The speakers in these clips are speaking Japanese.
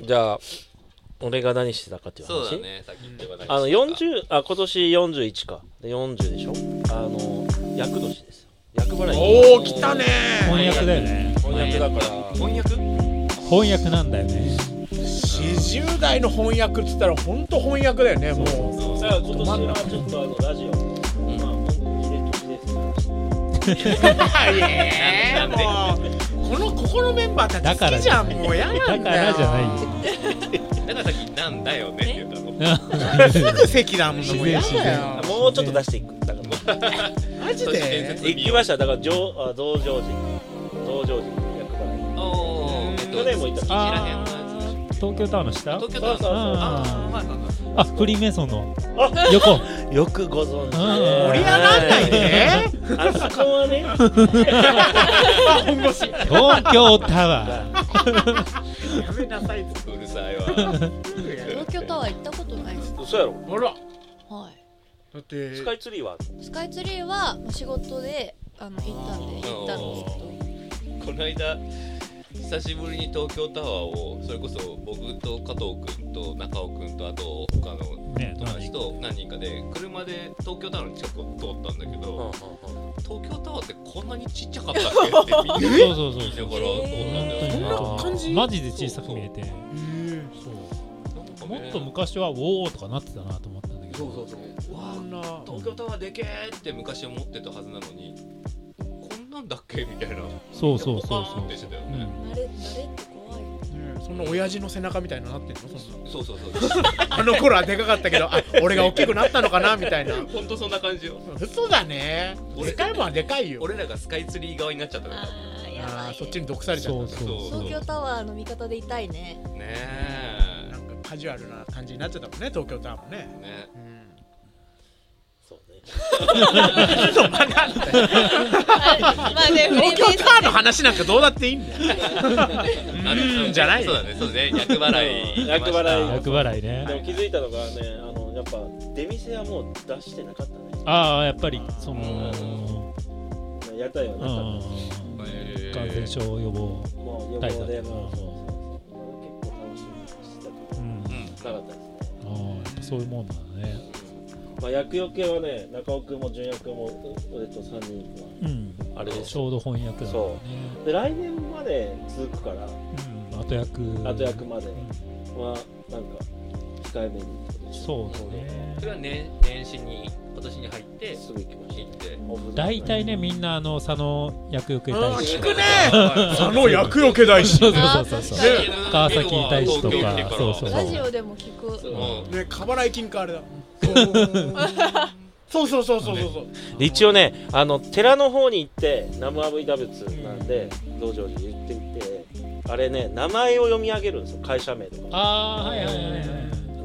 じゃあ俺が何してたかっていう話そうだねさっき言ってもらったあの40あ今年41かで40でしょあの厄年です厄払いおお来たね翻訳だよね翻訳だから翻訳翻訳なんだよね40代の翻訳っつったらほんと翻訳だよねもうさあ今年はちょっとあのラジオまあ本気で時ですえーもうこのここのメンバーたち好きじゃんもう嫌なだんだからよじゃないだからさっきなんだよねって言ったのすぐ席だもんもう嫌だよあもうちょっと出していくだからマジ都市伝で説行きましただから上あ増上寺増上寺厄払いおーえっと去年も行った土らへんのやつ東京タワーの下東京タワーそうそうそうあーはいはいはいあフリーメイソンのあ横よくご存知うんね盛り上がんないねあそこは ね東京タワーやめなさいっうるさいわ東京タワー行ったことないです。そうやろあらはだってスカイツリーはあるい。スカイツリーはまあ仕事であの行ったんで行ったんですこけの間久しぶりに東京タワーをそれこそ僕と加藤君と中尾君とあと他のね友達と何人かで車で東京タワーの近くを通ったんだけうんうんうどん東京タワーってこんなにちっちゃかったっけってみんなそうそうそ見うながら本通当ったんにだよそんな感じマジで小さく見えてなんかもねっと昔は「おお」とかなってたなと思ったんだけどそうそううわこんな東京タワーでけーって昔思ってたはずなのにこんなんだっけみたいなそうそうそポうカそーンっうてしてたようねんど。慣れ慣れって怖い。ねそんな親父の背中みたいなのなってんのそんなそうそうそうあの頃はでかかったけどあ俺が大きくなったのかなみたいな本当そんな感じよ嘘だね俺でかいもんはでかいよ俺らがスカイツリー側になっちゃったからねあーやばいあねーそっちに毒されちゃそっうたそうそうそう東京タワーの味方でいたいね。えなんかカジュアルな感じになっちゃったもんね東京タワーもねねうんそうねまあね、東京タワーの話なんかどうだっていいんだよあうのんじゃないそうだね、そうだね、厄払い。厄払厄払いねでも気づいたのがねあのやっぱ出店はもう出してなかったねああやっぱりその屋台はうなかっんえー感染症予防たもう予防でもうそうそうそう結構楽しみにしてたうんうんけどなかったですねああやっぱそういうもんだねまあ厄除けはね中尾君も純也君も俺と3人はうんあれですちょうど翻訳なんだよねで来年まで続くからうん後役後役までうんはなんか控えめにってことでしょそうだねそれは年、年始に、今年に入って、すぐ行きまし行って。た大体ねみんなあの佐野厄除けあ大ー使聞くねは佐野厄除け大師そうそうそうそういそうね川崎に対してとか東京来てらそうそうラジオでも聞く。そううんね過払い金かあれだそうそうそうそうそうそう一応ねあの寺の方に行って「ナムアブイダブツ」なんで道場寺言ってみてあれね名前を読み上げるんですよ会社名とかああはいはいはいはい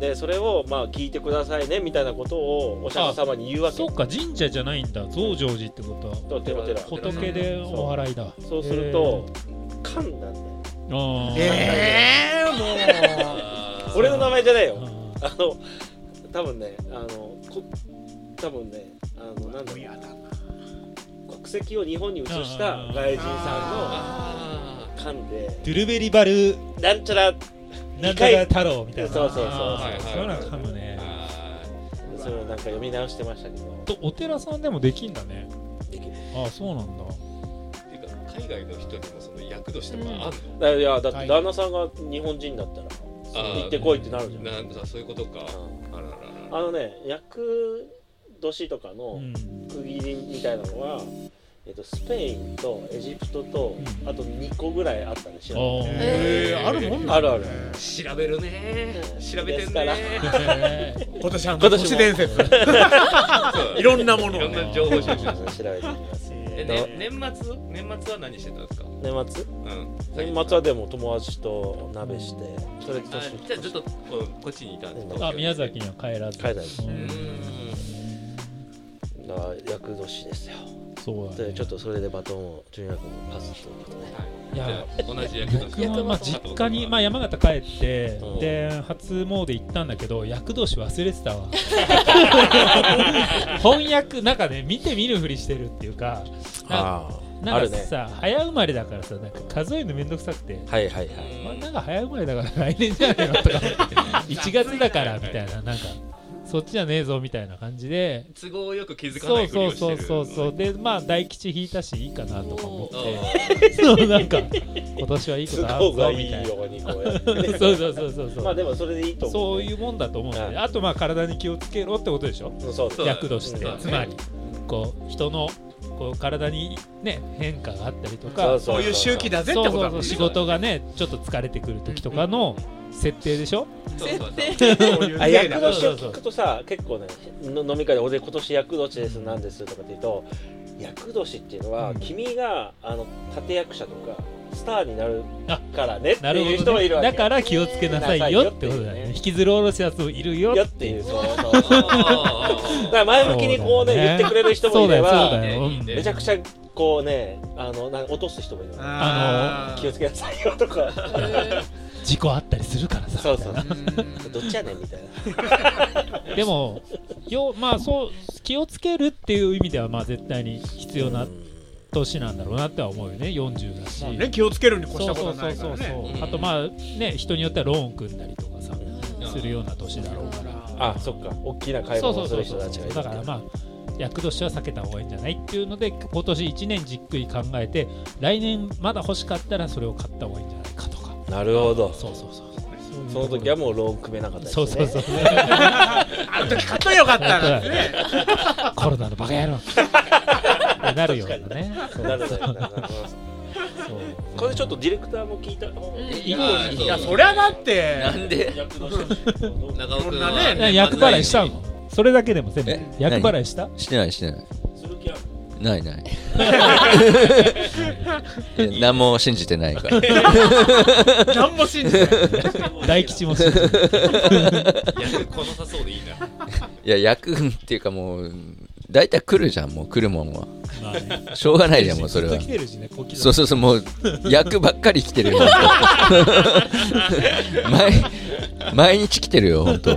でそれをまあ聞いてくださいねみたいなことをお釈迦様に言うわけそうか神社じゃないんだ増上寺ってこととはてもてらほ仏でお祓いだそうすると噛んだんだよえーあーええもあー俺の名前じゃないあよあの多分ねあのこ多分ねあのなんだうろやだう国籍を日本に移した外人さあんの噛んでドゥルベリバルなんちゃらなんとか太郎みたいなそうそうそうあーはいはいそういうのは噛むーねあそれをなんか読み直してましたけどとお寺さんでもできんだねできるああそうなんだー。っていうか、海外の人にもその役としてもあんのだいやだってはい旦那さんが日本人だったらあー行ってこいってなるじゃんなんだ、そういうことか。あらららら。あのね厄年とかうのん区切りみたいなのは、えっと、スペインとエジプトとうんあと2個ぐらいあったんでしあょーえーあるもんなあんだるある調べるねー。調べてでんすからねー。へー今年は今年も都市伝説そう いろんなものいをろんな情報収集調べてみますえ、ね、年末年末は何してたんですか年末うん。年末はでも友達と鍋してそれであ年じゃあずっとこうこっちにいたんですかあ宮崎には帰らず帰らずううーんんが厄年ですよそうだでねちょっとそれでバトンを純也君にパスということではいいじゃあや同じ役として僕はまあ実家に、まあ、山形帰ってうんで初詣行ったんだけど厄年忘れて たわ翻訳なんかね見て見ぬふりしてるっていうかなんかあなあんるかねさ、早生まれだからさなんか数えるのめんどくさくて、はいはいはいまあ、なんか早生まれだから来年じゃないのとか 1月だからみたいななんかそっちじゃねえぞみたいな感じで都合よく気づかそなういふりそうをしてそうるそう そうでまあ大吉引いたしいいかなとか思あって そうなんか今年はいいことあ都る合ぞがみいいたいなようにこうやってそうそうそうそうそ う、まあでもそれでいいと思そうういうもんだと思うんだよねうあとまあ体に気をつけろってことでしょうんそうそう役として、うんつまりこう人のこう体にね変化があったりとそかうそういう周期だぜってこそとうそだもうねんそう仕事がねちょっと疲れてくる時とかの設定でしょ、そうそうそうそういうあ例役だ年を聞くとさ結構ねの飲み会で俺今年役年ですなんですとかって言うと役年っていうのは、うん君があの立役者とかスターになるあからねってなるいうほ人ど、もいね、るわけだから気をつけなさいよってことだよね引きずるおろすやつもいるよよっってていいううそうそうそうだかあーら前向きにこうねそうだ言よねってくれる人もそいうだれよそうばだよ、うねんめちゃくちゃこうねあのなんか落とす人もいるわあけー気をつけなさいよとか事故あったりするからさそうそうう んどっちやねんみたいなでもよまあそう気をつけるっていう意味ではまあ絶対に必要な年なんだろうなっては思うよね40だし、まあね気をつけるに越しそたうことそはなうそういかそらうそう、ねうんあとまあね人によってはローン組んだりとかさ、するような年だろうからあそっか大きな買いそうそ物うすそる人うそたうちがいるだからまあ厄年は避けた方がいいんじゃないっていうので今年1年じっくり考えて来年まだ欲しかったらそれを買った方がいいんじゃないかとかなるほどそうそうそうその時はもうローン組めなかったりしてそねう そうそうあの時買っといよかったなんてね コロナのバカ野郎 ってなるようなねそうなるほどなるほどそうこれちょっとディレクターも聞いた方がいいうんあーそういやそりゃだって なんで役の人長尾君そんなはねね厄払いしたのそれだけでも全部え厄払いしたしてないしてないする気あるないないいや何も信じてないから何も信じて ない大吉も信じて役こなさそうでいいないや役っていうかもう大体来るじゃんもう来るもんは まあねしょうがないじゃんもうそれはずっと来てるしね小刻みそうそうそうもう役ばっかり来てるよ毎毎日来てるよ本当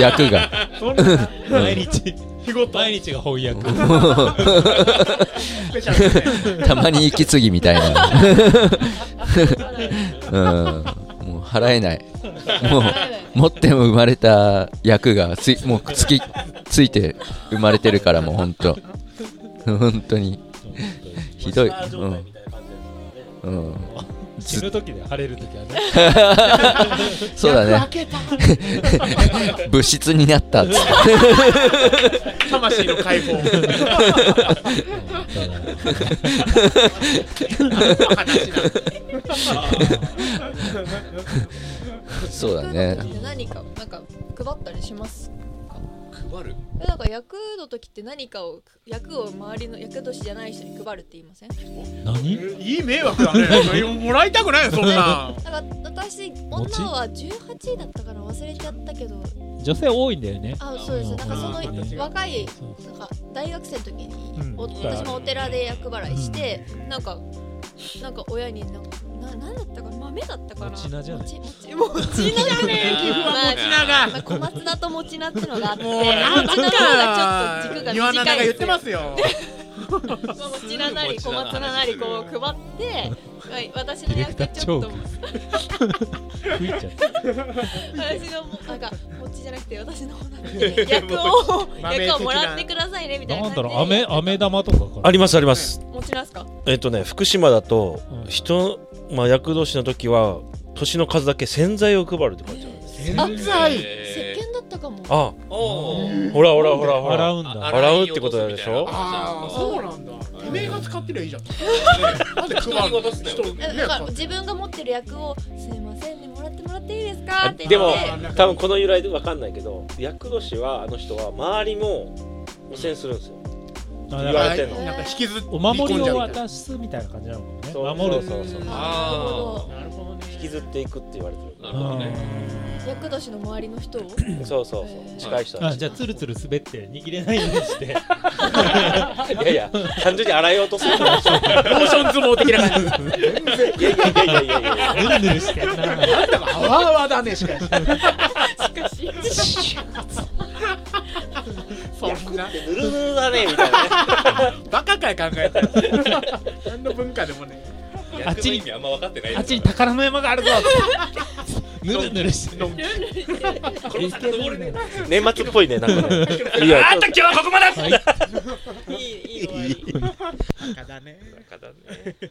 役がそんな毎日日ごと毎日が翻訳スペシャルでね たまに息継ぎみたいなうんもう払えないもう持っても生まれた役がついもうつきついて生まれてるからもう本当本当にひどい、マスター状う態んみたいな感じですよねうん、死ぬ時で晴れる時はねそう だね物質になったっつって魂の解放そうだ役ねの時って何かなんか配ったりします配るえなんか役の時って何かを役を周りの役年じゃない人に配るって言いません何いい迷惑だねもらいたくないよそんななんか私女餅は18位だったから忘れちゃったけど女性多いんだよねあそうですなんかその若いそうなんか大学生の時に、うんお私もお寺で厄払いして、なんかなんか親になんかななんだったかな豆だったかなもち菜じゃないもち もちもち菜じゃね 寄付はもち菜がまあ、小松菜ともち菜っていうのがあってもうなんもち菜の方がちょっと軸が短かい岩永が言ってますよまあもち菜なり小松菜なりこう配って、はい、私の役ちょっと吹いちゃった私のもなんかもちじゃなくて私のなんか 役を豆役をもらってくださいねみたいななん感じだでろう飴飴玉とかかなありますありますもち菜ですかえっとね福島だとうん人まあ役年の時は年の数だけ洗剤を配るって感じなんです全然石えー鹸だったかもあおーほらほらほらほ洗らうんだ洗うってことでしょああそうなんだてめえが使ってりゃいいじゃんなんで人に渡すんだよえだから自分が持ってる役を「すいませんねもらってもらっていいですか?」あってで言っもて多分この由来でわかんないけど厄年はあの人は周りも汚染するんですよあ言われてんのなんか引きずりお守りを込んじゃ渡すみたいな感じなのかもねそう守るそうそうそうああうなるほどね引きずっていくって言われてるなるほどね厄年の周りの人をそうそうそう近い人たあちじゃあつるつる滑って握れないようにして いやいや単純に洗い落とすんだよローション相撲的な感じ。いやいやいやいやいやいやぬるぬるしてん ななんだか、あわあわだね、しかし。そんな、ぬるぬるだねみたいなねバカかい考えたら。何の文化でもね。役の意味あんま分かってないあっちにから宝の山があるぞ ぬるぬるしてのんきこの坂登れね年末っぽいねなんかねいやあんた今日はここまでいいいい終わりだね。えな